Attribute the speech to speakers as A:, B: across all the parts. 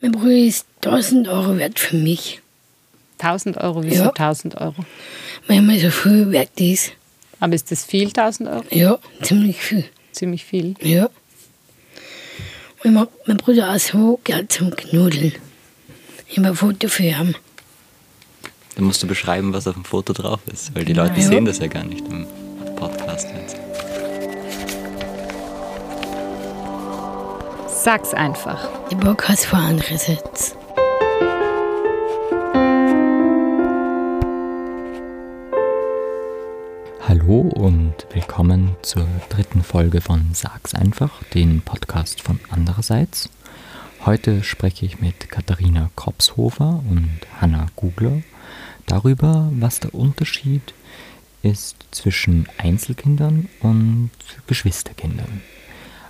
A: Mein Bruder ist 1000 Euro wert für mich.
B: 1000 Euro, wieso
A: Ja.
B: 1000 Euro?
A: Manchmal so viel wert ist.
B: Aber ist das viel, 1000 Euro?
A: Ja, ziemlich viel.
B: Ziemlich viel.
A: Ja. Und ich mag mein Bruder auch so gern zum Knuddeln. Ich habe ein Foto für ihn.
C: Dann musst du beschreiben, was auf dem Foto drauf ist, weil die Leute
A: Ja.
C: sehen das ja gar nicht im Podcast jetzt.
B: Sag's einfach.
A: Der Bock hat vor anderes jetzt.
C: Hallo und willkommen zur dritten Folge von Sag's einfach, den Podcast von Andererseits. Heute spreche ich mit Katharina Kropshofer und Hanna Gugler darüber, was der Unterschied ist zwischen Einzelkindern und Geschwisterkindern.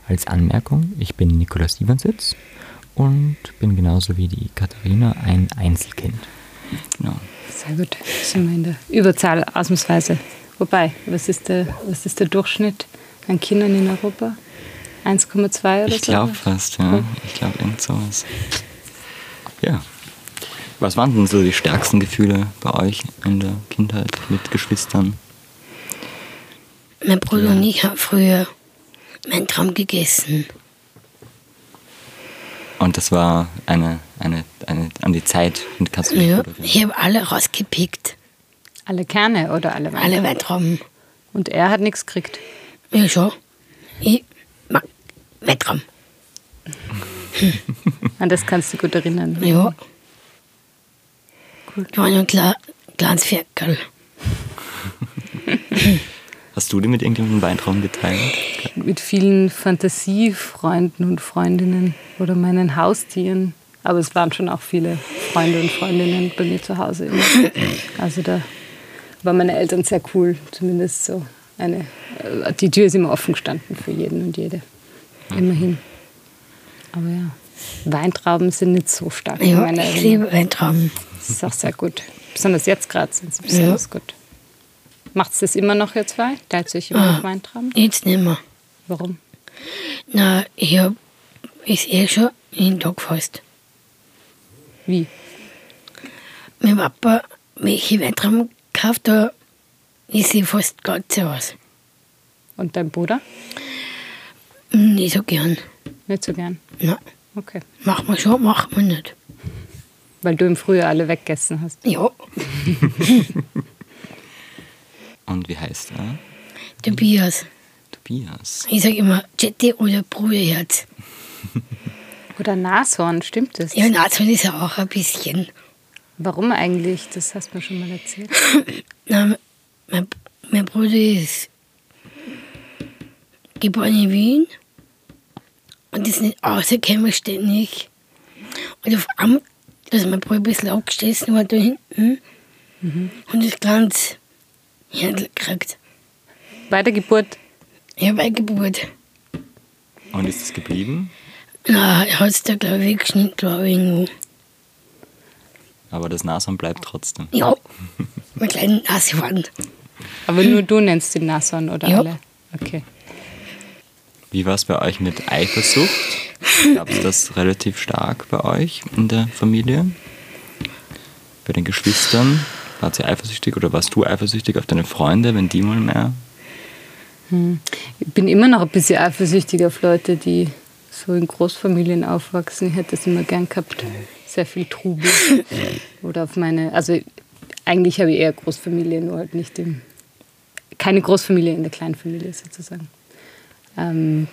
C: Als Anmerkung, ich bin Nikolaus Ivansitz und bin genauso wie die Katharina ein Einzelkind. Genau.
B: Sehr gut. Sind wir in der Überzahl ausnahmsweise. Wobei, was ist der, was ist der Durchschnitt an Kindern in Europa? 1,2 oder so? Hm.
C: Ich glaube fast, ja. Ich glaube irgend sowas. Ja. Was waren denn so die stärksten Gefühle bei euch in der Kindheit mit Geschwistern?
A: Mein Bruder und ich haben früher meinen Traum gegessen.
C: Und das war eine, eine, eine an die Zeit und kannst du dich
A: Ja.
C: gut erinnern?
A: Ich habe alle rausgepickt.
B: Alle Kerne oder alle Weine?
A: Alle Weintrauben.
B: Und er hat nichts gekriegt.
A: Ja, schon. Ich mag Weintrauben.
B: An das kannst du gut erinnern.
A: Ja. Cool. Ich war noch ein kle- kleines Ferkel.
C: Hast du die mit irgendjemandem Weintraum geteilt?
B: Mit vielen Fantasiefreunden und Freundinnen oder meinen Haustieren. Aber es waren schon auch viele Freunde und Freundinnen bei mir zu Hause. Immer. Also da waren meine Eltern sehr cool, zumindest so eine. äh, Die Tür ist immer offen gestanden für jeden und jede. Immerhin. Aber ja, Weintrauben sind nicht so stark in
A: Ja,
B: meiner
A: ich
B: Erinnerung.
A: liebe Weintrauben.
B: Das ist auch sehr gut. Besonders jetzt gerade sind sie besonders gut. Macht es das immer noch, ihr zwei? Teilt ihr euch
A: Ah.
B: immer noch Weintrauben?
A: Jetzt nicht mehr.
B: Warum?
A: Na, ich hab, ist eh schon in den Tag gefasst.
B: Wie?
A: Mein Papa, wenn ich Weintrauben gekauft habe, ist sie fast ganz aus.
B: Und dein Bruder?
A: Nicht so Hm, gern.
B: Nicht so gern.
A: Nein,
B: Okay.
A: macht man schon, macht man nicht.
B: Weil du im Frühjahr alle weggessen hast.
A: Ja,
C: Und wie heißt er?
A: Tobias.
C: Tobias.
A: Ich sag immer Jetty oder Bruderherz.
B: Oder Nashorn, stimmt das?
A: Ja, Nazareth ist er auch ein bisschen.
B: Warum eigentlich? Das hast du mir schon mal erzählt.
A: Na, mein, mein Bruder ist geboren in Wien und ist nicht ah, rausgekommen ständig. Und auf einmal, dass mein Bruder ein bisschen abgestessen war da hinten und das ganz Händel gekriegt.
B: Bei der Geburt.
A: Ich habe eine Geburt.
C: Und ist es geblieben?
A: Na, er hat es da, glaube ich, geschnitten, glaube ich, irgendwo.
C: Aber das Nashorn bleibt trotzdem.
A: Ja, mit kleinen Nasenwand.
B: Aber nur du nennst ihn Nashorn, oder
A: Ja.
B: alle? Okay.
C: Wie war es bei euch mit Eifersucht? Gab es das relativ stark bei euch in der Familie? Bei den Geschwistern? Wart ihr eifersüchtig oder warst du eifersüchtig auf deine Freunde, wenn die mal mehr?
B: Ich bin immer noch ein bisschen eifersüchtig auf Leute, die so in Großfamilien aufwachsen. Ich hätte es immer gern gehabt. Sehr viel Trubel. Oder auf meine. Also eigentlich habe ich eher Großfamilien, nur halt nicht im. Keine Großfamilie in der Kleinfamilie sozusagen. Ähm,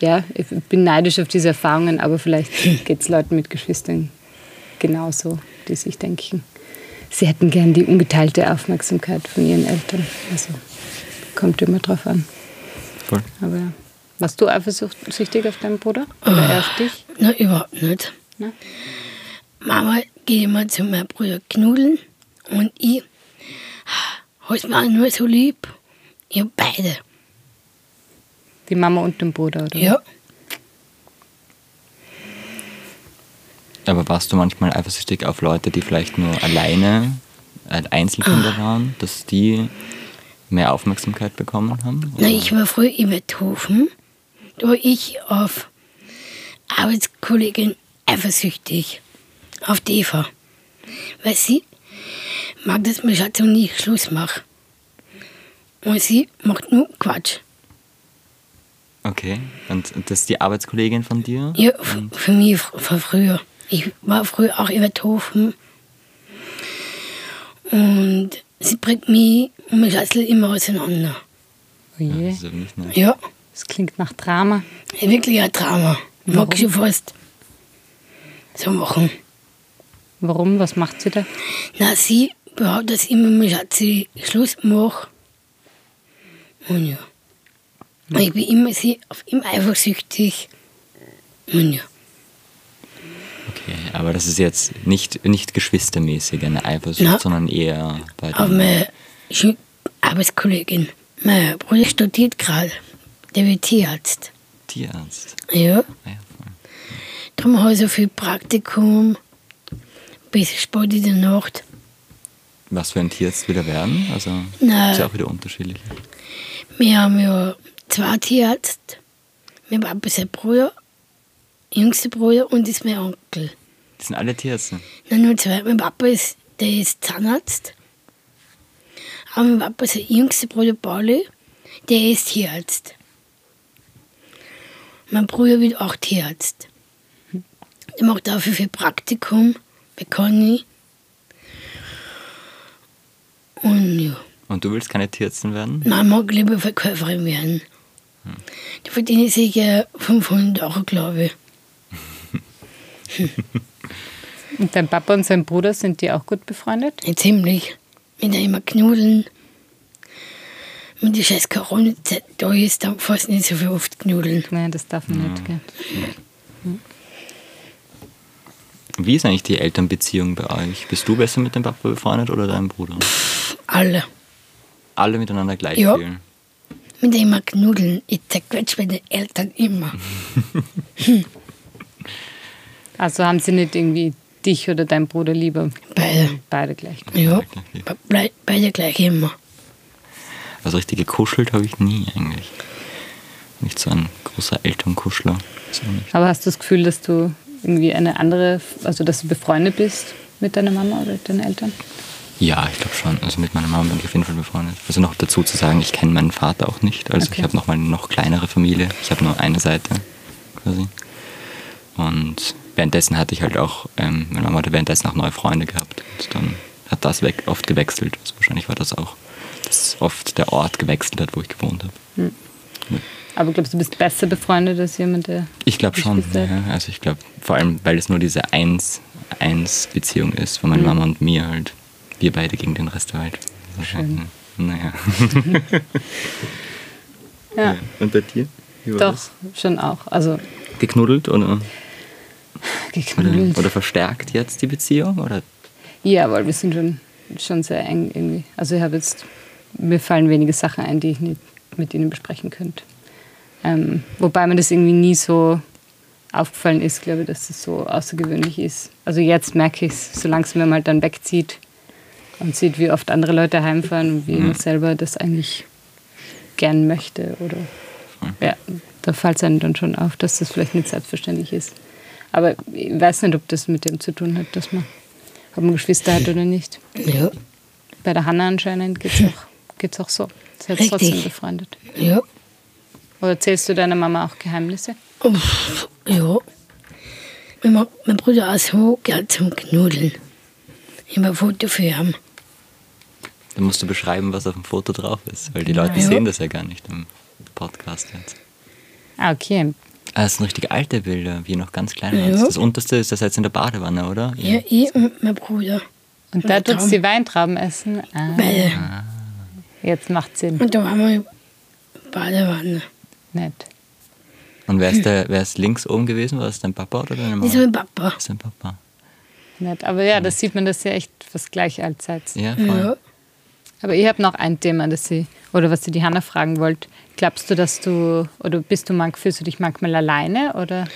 B: ja, ich bin neidisch auf diese Erfahrungen, aber vielleicht geht es Leuten mit Geschwistern genauso, die sich denken, sie hätten gern die ungeteilte Aufmerksamkeit von ihren Eltern. Also kommt immer drauf an.
C: Voll.
B: Aber ja. Warst du eifersüchtig auf deinen Bruder? Oder
C: Ah.
B: er auf dich?
A: Na, überhaupt nicht.
B: Ne?
A: Mama geht immer zu meinem Bruder knuddeln und ich hab's mir auch nur so lieb. Ich hab beide.
B: Die Mama und den Bruder, oder?
A: Ja.
C: Aber warst du manchmal eifersüchtig auf Leute, die vielleicht nur alleine, äh, Einzelkinder
A: Ah.
C: waren, dass die mehr Aufmerksamkeit bekommen haben?
A: Na, ich war früher in Beethoven, da war ich auf Arbeitskollegin eifersüchtig auf die Eva. Weil sie mag, dass mein Schatz und ich Schluss mache. Und sie macht nur Quatsch.
C: Okay. Und das ist die Arbeitskollegin von dir?
A: Ja, f- für mich fr- von früher. Ich war früher auch in Wethofen. Und sie bringt mich und mein Schatz immer auseinander.
B: Oh je,
C: Das ist aber nicht nett.
A: Ja,
B: das klingt nach Drama.
A: wirklich ein Trauma. Mag ich schon fast so machen.
B: Warum? Was macht sie da?
A: Na, sie behauptet, dass immer mein Schatz ich Schluss mache. Und ja. Und ich bin immer sie auf ihm eifersüchtig. Und ja.
C: Okay, aber das ist jetzt nicht, nicht geschwistermäßig eine Eifersucht,
A: Na.
C: sondern eher bei
A: Aber
C: den,
A: meine Schü- Arbeitskollegin, mein Bruder studiert gerade, der wird Tierarzt.
C: Tierarzt.
A: Ja,
C: Ah ja, voll.
A: darum habe ich so viel Praktikum, bis spät in der Nacht.
C: Was für ein Tierarzt will er werden? Also
A: Na.
C: ist ja auch wieder unterschiedlich.
A: Wir haben ja zwei Tierärzte. Mein Papa ist ein Bruder, jüngster Bruder und ist mein Onkel.
C: Die sind alle Tierärzte.
A: Nein, nur zwei. Mein Papa ist, der ist Zahnarzt. Aber mein Papa ist der jüngste Bruder Pauli, der ist Tierarzt. Mein Bruder wird auch Tierarzt. Der macht dafür viel Praktikum bei Conny. Und ja,
C: Und du willst keine Tierärztin werden?
A: nein, mag lieber Verkäuferin werden. Da verdiene ich sicher 500 Euro, glaube ich.
B: Und dein Papa und sein Bruder, sind die auch gut befreundet?
A: Ja, ziemlich. Mit der immer Knudeln. Mit der scheiß Corona-Zeit, da ist dann fast nicht so viel oft Knudeln.
B: Nein, das darf man nicht, gell?
C: Wie ist eigentlich die Elternbeziehung bei euch? Bist du besser mit deinem Papa befreundet oder deinem Bruder?
A: Alle.
C: Alle miteinander gleich
A: Ja.
C: viel.
A: Mit der immer Knudeln. Ich zerquetsch meine Eltern immer.
B: Mhm. Also haben sie nicht irgendwie dich oder dein Bruder lieber?
A: Beide.
B: Beide gleich.
A: Ja.
C: Okay.
A: Be- blei- Beide gleich immer.
C: Also richtig gekuschelt habe ich nie eigentlich. Nicht so ein großer Elternkuschler. So nicht.
B: Aber hast du das Gefühl, dass du irgendwie eine andere, also dass du befreundet bist mit deiner Mama oder deinen Eltern?
C: Ja, ich glaube schon. Also mit meiner Mama bin ich auf jeden Fall befreundet. Also noch dazu zu sagen, ich kenne meinen Vater auch nicht. Also
B: Okay.
C: ich habe nochmal eine noch kleinere Familie. Ich habe nur eine Seite quasi. Und währenddessen hatte ich halt auch, ähm, meine Mama hatte währenddessen auch neue Freunde gehabt. Und dann hat das weg, oft gewechselt. Also wahrscheinlich war das auch, dass oft der Ort gewechselt hat, wo ich gewohnt habe.
B: Aber glaubst du, du bist besser befreundet als jemand, der.
C: Ich glaube schon.
B: Geschwister-
C: Ja. Also ich glaube, vor allem, weil es nur diese Eins- Eins-Beziehung ist von meiner
B: Mhm.
C: Mama und mir halt. Wir beide gegen den Rest der Welt.
B: Schön.
C: Naja.
B: Ja,
C: Und bei dir? Wie war
B: doch,
C: das?
B: schon auch. Also
C: Geknuddelt oder, oder,
B: geknüllt.
C: oder verstärkt jetzt die Beziehung? Oder?
B: Ja, weil wir sind schon, schon sehr eng irgendwie. Also ich habe jetzt, mir fallen wenige Sachen ein, die ich nicht mit ihnen besprechen könnte. Ähm, wobei mir das irgendwie nie so aufgefallen ist, glaube ich, dass es so außergewöhnlich ist. Also jetzt merke ich es, solange es mir mal dann wegzieht und sieht, wie oft andere Leute heimfahren und wie ich selber das eigentlich gern möchte. Oder ja, da fällt es einem dann schon auf, dass das vielleicht nicht selbstverständlich ist. Aber ich weiß nicht, ob das mit dem zu tun hat, dass man, ob man Geschwister hat oder nicht.
A: Ja.
B: Bei der Hanna anscheinend geht es auch, geht's auch so. Sie hat
A: Richtig.
B: trotzdem befreundet.
A: Ja.
B: Oder erzählst du deiner Mama auch Geheimnisse?
A: Uff, ja. Mein, Ma- mein Bruder auch so gern zum Knudeln. Ich habe ein Foto für ihn.
C: Dann musst du beschreiben, was auf dem Foto drauf ist, weil die Leute
A: Ja.
C: sehen das ja gar nicht im Podcast jetzt.
B: Ah, okay.
C: Ah, das sind richtig alte Bilder, wie ihr noch ganz klein
A: Ja.
C: warst. Das unterste ist das jetzt in der Badewanne, oder?
A: Ja, ich und mein Bruder.
B: Und da
A: Und
B: tut
A: Traum.
B: sie Weintrauben essen. Ah,
A: Beide.
B: jetzt macht Sinn.
A: Und da waren wir in der Badewanne.
B: Nett.
C: Und wer ist, der, wer ist links oben gewesen? War das dein Papa oder deine Mama?
A: Das ist mein Papa.
C: Das ist dein Papa.
B: Nett. Aber ja, das sieht man, dass ihr echt was gleich alt seid.
C: Ja, voll.
A: Ja.
B: Aber ich habe noch ein Thema, das sie, oder was sie die Hanna fragen wollt. Glaubst du, dass du, oder bist du manchmal, fühlst du dich manchmal alleine? Oder?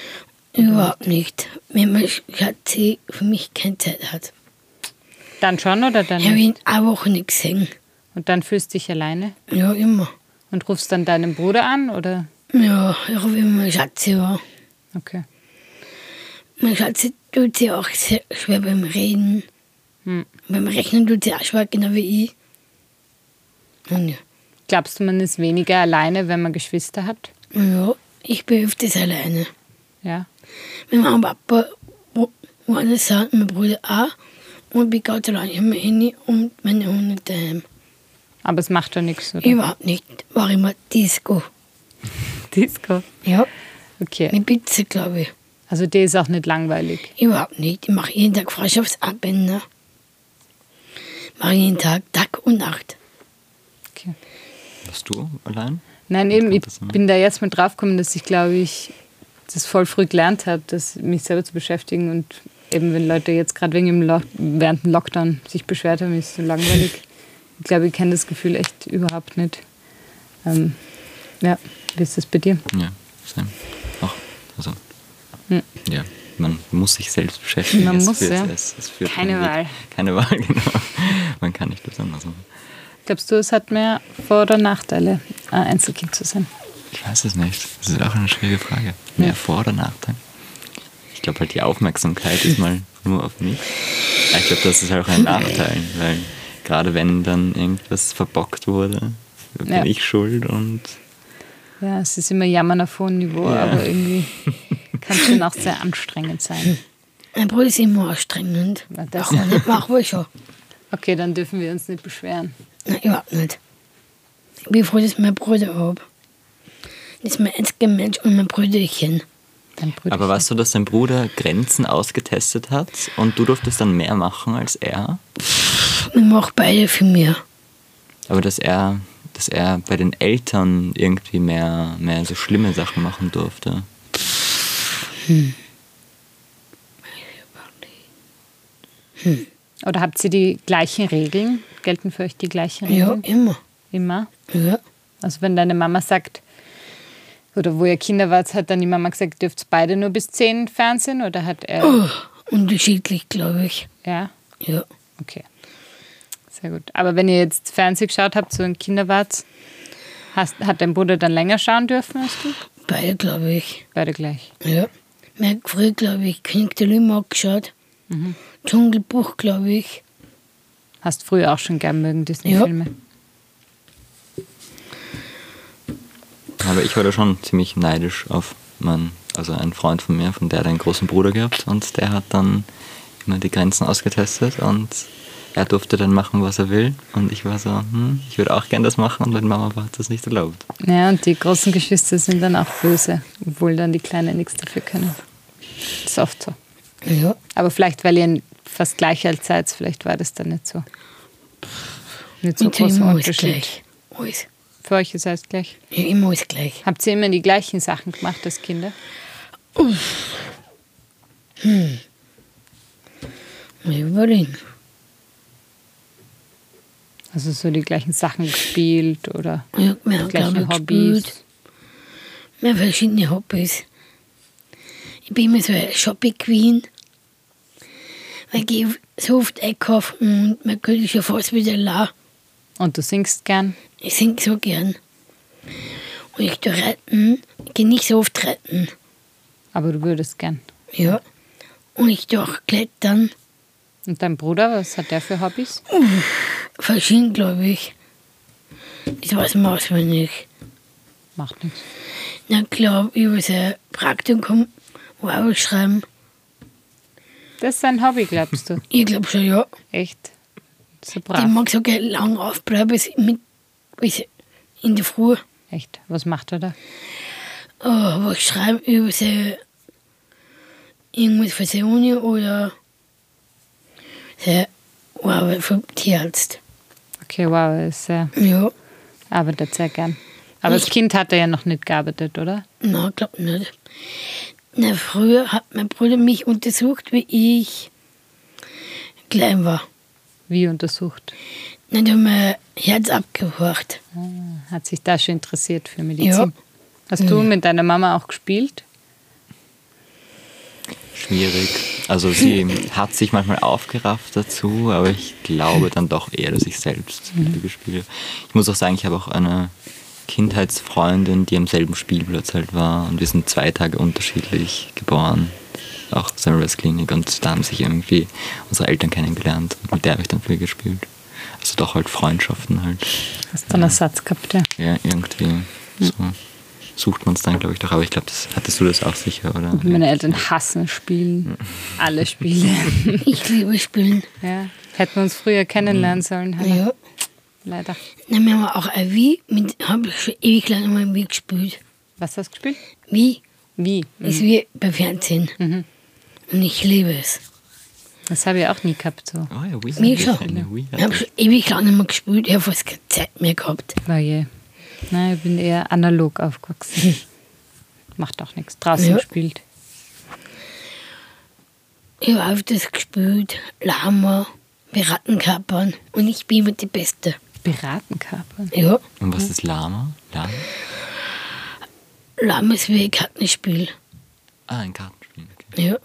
A: Überhaupt nicht. Wenn mein Schatzi für mich keine Zeit hat.
B: Dann schon oder dann
A: Ich habe
B: nicht?
A: ihn eine Woche nicht gesehen.
B: Und dann fühlst du dich alleine
A: Ja, immer.
B: und rufst dann deinen Bruder an? Oder?
A: Ja, ich rufe immer meinen Schatzi an.
B: Okay.
A: Mein Schatz tut sie auch sehr schwer beim Reden.
B: Hm.
A: Beim Rechnen tut sie auch schwer, genau wie ich. Und ja.
B: Glaubst du, man ist weniger alleine, wenn man Geschwister hat?
A: Ja, ich bin öfters alleine.
B: Ja.
A: Mein Mama und Papa wo- woanders sind, mein Bruder auch. Und bin ganz allein, ich habe mein Handy und meine Hunde daheim.
B: Aber es macht ja nichts, oder?
A: Überhaupt nicht. War immer Disco.
B: Disco.
A: Ja,
B: Okay.
A: mit Pizza, glaube ich.
B: Also die ist auch nicht langweilig.
A: Überhaupt nicht. Ich mache jeden Tag Freundschaftsabende. Mache jeden Tag, Tag und Nacht.
B: Okay.
C: Warst du allein?
B: Nein, eben, ich
C: Interessant, ne?
B: bin da jetzt mal draufgekommen, dass ich, glaube ich, das voll früh gelernt habe, dass mich selber zu beschäftigen und eben, wenn Leute jetzt gerade wegen dem Lock während dem Lockdown sich beschwert haben, ist es so langweilig. Ich glaube, ich kenne das Gefühl echt überhaupt nicht. Ähm, ja, wie ist das bei dir?
C: Ja, same. Auch, also,
B: Hm.
C: ja, man muss sich selbst beschäftigen.
B: Man muss, ja.
C: führt
B: Keine
C: keinen
B: Wahl.
C: Keine Wahl, genau. Man kann nicht das anders machen.
B: Glaubst du, es hat mehr Vor- oder Nachteile, ein Einzelkind zu sein?
C: Ich weiß es nicht. Das ist auch eine schwierige Frage. Mehr
B: Ja.
C: Vor- oder Nachteil? Ich glaube halt, die Aufmerksamkeit ist mal nur auf mich. Aber Ich glaube, das ist halt auch ein Nachteil, weil gerade wenn dann irgendwas verbockt wurde, bin
B: Ja.
C: ich schuld und
B: Ja, es ist immer Jammern auf hohem Niveau,
C: Ja.
B: aber irgendwie kann es schon auch sehr anstrengend sein.
A: Mein Bruder ist immer anstrengend.
B: Na, das-
A: Auch nicht, mach wohl schon.
B: Okay, dann dürfen wir uns nicht beschweren.
A: Nein, überhaupt nicht. Ich bin froh, dass ich meinen Bruder habe. Das ist mein einziger Mensch und mein Brüderchen.
B: Dein Bruder
C: Aber warst du, dass dein Bruder Grenzen ausgetestet hat und du durftest dann mehr machen als er?
A: Ich mache beide für mich.
C: Aber dass er, dass er bei den Eltern irgendwie mehr, mehr so schlimme Sachen machen durfte.
B: Oder habt ihr die gleichen Regeln? Gelten für euch die gleichen
A: Ja,
B: Regeln?
A: immer.
B: Immer.
A: Ja.
B: Also wenn deine Mama sagt, oder wo ihr Kinder wart, hat dann die Mama gesagt, dürft beide nur bis 10 Fernsehen? Oder hat er.
A: Oh, unterschiedlich, glaube ich.
B: Ja,
A: Ja.
B: okay. Sehr gut. Aber wenn ihr jetzt Fernsehen geschaut habt, so ein Kinder wart, hast, hat dein Bruder dann länger schauen dürfen als du?
A: Beide, glaube ich.
B: Beide gleich.
A: Ja. Mein früher, glaube ich, König der Löwen angeschaut.
B: Mhm.
A: Dschungelbuch, glaube ich.
B: Hast früher auch schon gern mögen, Disney-Filme.
C: Aber ich war da schon ziemlich neidisch auf meinen, also einen Freund von mir, von der hat einen großen Bruder gehabt und der hat dann immer die Grenzen ausgetestet und er durfte dann machen, was er will. Und ich war so, hm, ich würde auch gern das machen und meine Mama hat das nicht erlaubt.
B: Ja, und die großen Geschwister sind dann auch böse, obwohl dann die Kleinen nichts dafür können. ist oft so.
A: Ja.
B: Aber vielleicht, weil ihr fast gleich alt seid, vielleicht war das dann nicht so. Nicht so
A: Und
B: groß
A: immer alles
B: Unterschied.
A: gleich. Alles.
B: Für euch ist alles gleich.
A: Ja, immer alles gleich.
B: Habt ihr immer die gleichen Sachen gemacht als Kinder?
A: Muss ich überlegen.
B: Also so die gleichen Sachen gespielt oder
A: Ja, wir
B: die
A: haben,
B: gleichen
A: glaube ich,
B: Hobbys?
A: gespielt. Wir haben verschiedene Hobbys. Ich bin immer so eine Shopping Queen. Weil ich gehe so oft einkaufen und mein Geld ist ja fast wieder la.
B: Und du singst gern?
A: Ich singe so gern. Und ich tue reiten. Ich gehe nicht so oft reiten.
B: Aber du würdest gern.
A: Ja. Und ich tue auch klettern.
B: Und dein Bruder, was hat der für Hobbys?
A: Verschieden, glaube ich. Das weiß man auswendig.
B: Macht nichts.
A: Na klar, über sein Praktikum, wo auch schreiben.
B: Das ist sein Hobby, glaubst du?
A: Ich glaube schon, ja.
B: Echt? So
A: Die
B: brav.
A: mag so gerne lang aufbleiben bis, mit, bis in der Früh.
B: Echt? Was macht er da?
A: Oh, was schreiben über seine, irgendwas für seine Uni oder seine Arbeit vom Tierarzt.
B: Okay, wow, er ist sehr,
A: Ja,
B: arbeitet sehr gern. Aber als
A: Ich-
B: Kind hat er ja noch nicht gearbeitet, oder?
A: nein, glaub nicht. Na, früher hat mein Bruder mich untersucht, wie ich klein war.
B: Wie untersucht?
A: Dann hat er mein Herz abgehorcht.
B: Hat sich da schon interessiert für Medizin?
A: Ja.
B: Hast du mit deiner Mama auch gespielt?
C: Schwierig. Also sie hat sich manchmal aufgerafft dazu, aber ich glaube dann doch eher, dass ich selbst Liebe spiele. Ich muss auch sagen, ich habe auch eine Kindheitsfreundin, die am selben Spielplatz halt war und wir sind zwei Tage unterschiedlich geboren. auch Sarah's Klinik und da haben sich irgendwie unsere Eltern kennengelernt und mit der habe ich dann viel gespielt. Also doch halt Freundschaften halt.
B: Hast du einen Ersatz gehabt, ja.
C: Ja, irgendwie so sucht man es dann, glaube ich, doch. Aber ich glaube, das hattest du das auch sicher, oder?
B: Meine Eltern hassen Spielen. Alle Spiele.
A: Ich liebe Spielen.
B: ja. Hätten wir uns früher kennenlernen sollen, Hannah.
A: Mhm. Ja.
B: leider.
A: Dann haben wir auch ein Wii, mit habe ich schon ewig lang immer im Wii gespielt.
B: Was hast du gespielt?
A: Wii
B: Wie?
A: ist wie beim Fernsehen. Und ich liebe es.
B: Das habe ich auch nie gehabt. So.
C: Oh ja, Wii
A: Mir
C: hat
A: schon.
C: eine Wii hat
A: Ich habe schon ewig lang nicht mehr gespielt, ich habe fast keine Zeit mehr gehabt.
B: War je. Nein, ich bin eher analog aufgewachsen. Macht auch nichts. Draußen
A: Ja.
B: gespielt.
A: Ich habe auf das gespielt, Lama, Piratenkapern und ich bin immer die Beste.
B: Piratenkapern.
A: Ja,
C: Und was ist Lama? Lama?
A: Lama ist wie ein Kartenspiel.
C: Ah, ein Kartenspiel. Okay.
A: Ja.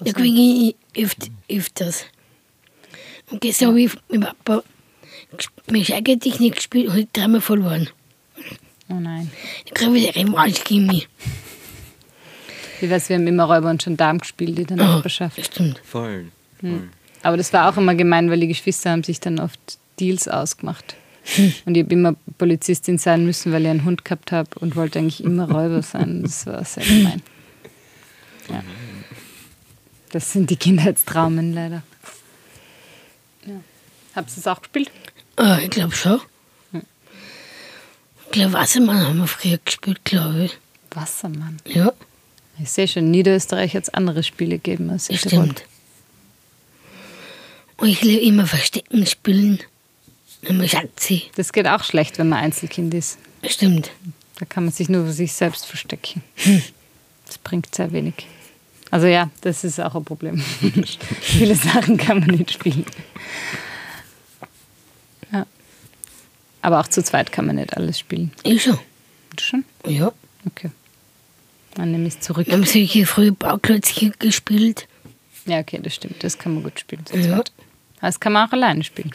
A: Da gewinne ich öft, öfters. Und gestern habe ich mit meinem Papa Mechanikertechnik gespielt und habe dreimal verloren.
B: Oh nein.
A: Ich kriege wieder Revanche gegen mich.
B: Ich weiß, wir haben immer Räuber und Gendarm gespielt in der
A: Ah,
B: Nachbarschaft.
A: Stimmt.
C: Voll.
A: Hm.
B: Aber das war auch immer gemein, weil die Geschwister haben sich dann oft Deals ausgemacht. Und ich habe immer Polizistin sein müssen, weil ich einen Hund gehabt habe und wollte eigentlich immer Räuber sein. Das war sehr gemein. Ja. Das sind die Kindheitstraumen leider. Ja. Habt ihr es auch gespielt?
A: Ah, ich glaube schon. Ich glaube, Wassermann haben wir früher gespielt, glaube ich.
B: Wassermann.
A: Ja,
B: Ich sehe schon, Niederösterreich hat es andere Spiele gegeben als in
A: das
B: Tirol.
A: stimmt. Und ich liebe immer Verstecken spielen. Immer Schatzi.
B: Das geht auch schlecht, wenn man Einzelkind ist.
A: Das stimmt.
B: Da kann man sich nur für sich selbst verstecken. Das bringt sehr wenig. Also ja, das ist auch ein Problem. Viele Sachen kann man nicht spielen. Ja. Aber auch zu zweit kann man nicht alles spielen.
A: Ich schon.
B: Schon?
A: Ja.
B: Okay. Dann nehme ich es zurück.
A: Wir haben solche frühe Bauklötzchen gespielt.
B: Ja, okay, das stimmt. Das kann man gut spielen. Zu
A: Ja.
B: zweit. Aber Das kann man auch alleine spielen.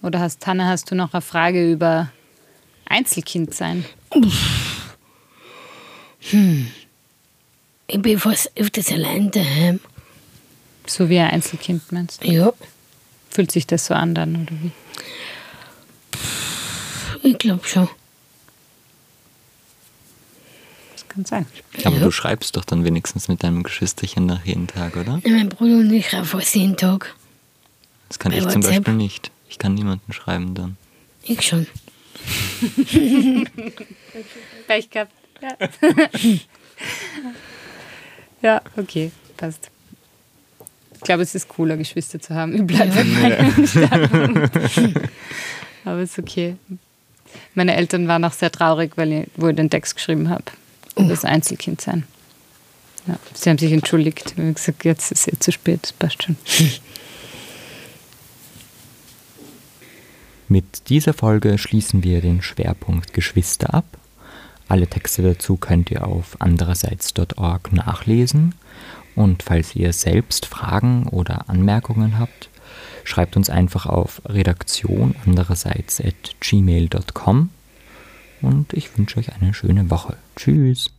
B: Oder hast, Hanna, hast du noch eine Frage über Einzelkind sein?
A: Ich bin fast öfters allein daheim.
B: So wie ein Einzelkind meinst. du?
A: Ja,
B: Fühlt sich das so an dann, oder wie?
A: ich glaube schon.
B: Das kann sein.
C: Aber
A: Ja.
C: du schreibst doch dann wenigstens mit deinem Geschwisterchen nach jeden Tag, oder?
A: Ja, Mein Bruder und ich schreiben fast jeden Tag.
C: Das kann
A: Bei
C: ich zum
A: WhatsApp.
C: Beispiel nicht. Ich kann niemanden schreiben dann.
A: Ich schon.
B: Pech gehabt. Ja. ja, okay, passt. Ich glaube, es ist cooler, Geschwister zu haben. Ich bleibe bei meinem Standpunkt. Aber ist okay. Meine Eltern waren auch sehr traurig, weil ich, wo ich den Text geschrieben habe. Über das Einzelkind sein. Ja, sie haben sich entschuldigt. Ich habe gesagt, jetzt ist eh zu spät, das passt schon.
C: Mit dieser Folge schließen wir den Schwerpunkt Geschwister ab. Alle Texte dazu könnt ihr auf andererseits.org nachlesen. Und falls ihr selbst Fragen oder Anmerkungen habt, schreibt uns einfach auf redaktion andererseits.gmail.com. Und ich wünsche euch eine schöne Woche. Tschüss.